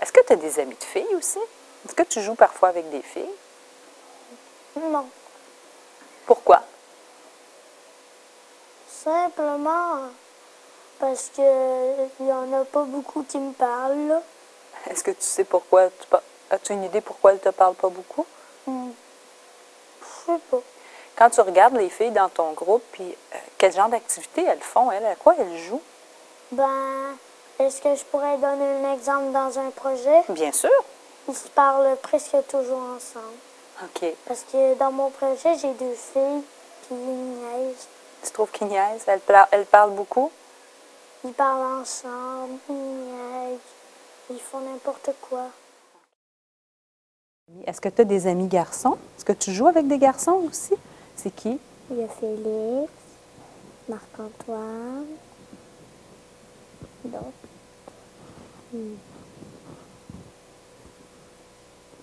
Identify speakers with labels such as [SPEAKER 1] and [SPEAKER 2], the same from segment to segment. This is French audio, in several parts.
[SPEAKER 1] Est-ce que tu as des amis de filles aussi? Est-ce que tu joues parfois avec des filles?
[SPEAKER 2] Non.
[SPEAKER 1] Pourquoi?
[SPEAKER 2] Simplement euh, parce que il y en a pas beaucoup qui me parlent. là.
[SPEAKER 1] Est-ce que tu sais pourquoi? tu par- As-tu une idée pourquoi elles te parlent pas beaucoup?
[SPEAKER 2] Hmm. Je sais pas.
[SPEAKER 1] Quand tu regardes les filles dans ton groupe, puis euh, quel genre d'activité elles font, elles, à quoi elles jouent?
[SPEAKER 2] Ben, est-ce que je pourrais donner un exemple dans un projet?
[SPEAKER 1] Bien sûr.
[SPEAKER 2] Ils se parlent presque toujours ensemble.
[SPEAKER 1] OK.
[SPEAKER 2] Parce que dans mon projet, j'ai deux filles, puis une nièce.
[SPEAKER 1] Tu trouves qu'ils niaisent? Elles, pla- elles parlent beaucoup?
[SPEAKER 2] Ils parlent ensemble, ils niaisent, ils font n'importe quoi.
[SPEAKER 1] Est-ce que tu as des amis garçons? Est-ce que tu joues avec des garçons aussi? C'est qui?
[SPEAKER 2] Il y a Félix, Marc-Antoine, d'autres. Hmm.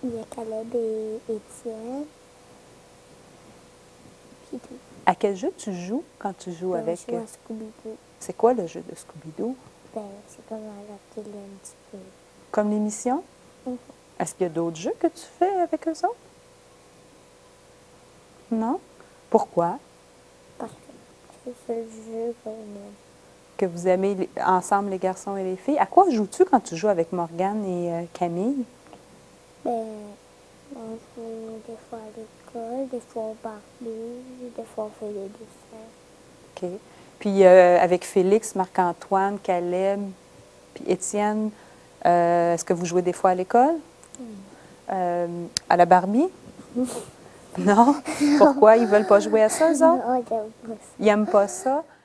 [SPEAKER 2] Il y a Caleb et Étienne. Puis tout.
[SPEAKER 1] À quel jeu tu joues quand tu joues avec...
[SPEAKER 2] Je joue
[SPEAKER 1] euh,
[SPEAKER 2] à Scooby-Doo.
[SPEAKER 1] C'est quoi le jeu de Scooby-Doo?
[SPEAKER 2] Ben, c'est comme à la télé un petit peu.
[SPEAKER 1] Comme l'émission?
[SPEAKER 2] Mhm.
[SPEAKER 1] Est-ce qu'il y a d'autres jeux que tu fais avec eux autres? Non? Pourquoi?
[SPEAKER 2] Parce que c'est le seul jeu qu'on aime.
[SPEAKER 1] Que vous aimez les- ensemble les garçons et les filles. À quoi joues-tu quand tu joues avec Morgane et euh, Camille?
[SPEAKER 2] Ben, on joue des fois à l'école, des fois on barbie, des fois on fait des dessins.
[SPEAKER 1] OK. Puis euh, avec Félix, Marc-Antoine, Caleb, puis Étienne, euh, est-ce que vous jouez des fois à l'école? Euh, à la Barbie? non? Pourquoi ils veulent pas jouer à ça, eux autres?
[SPEAKER 2] On regarde pas ça.
[SPEAKER 1] Ils n'aiment pas ça.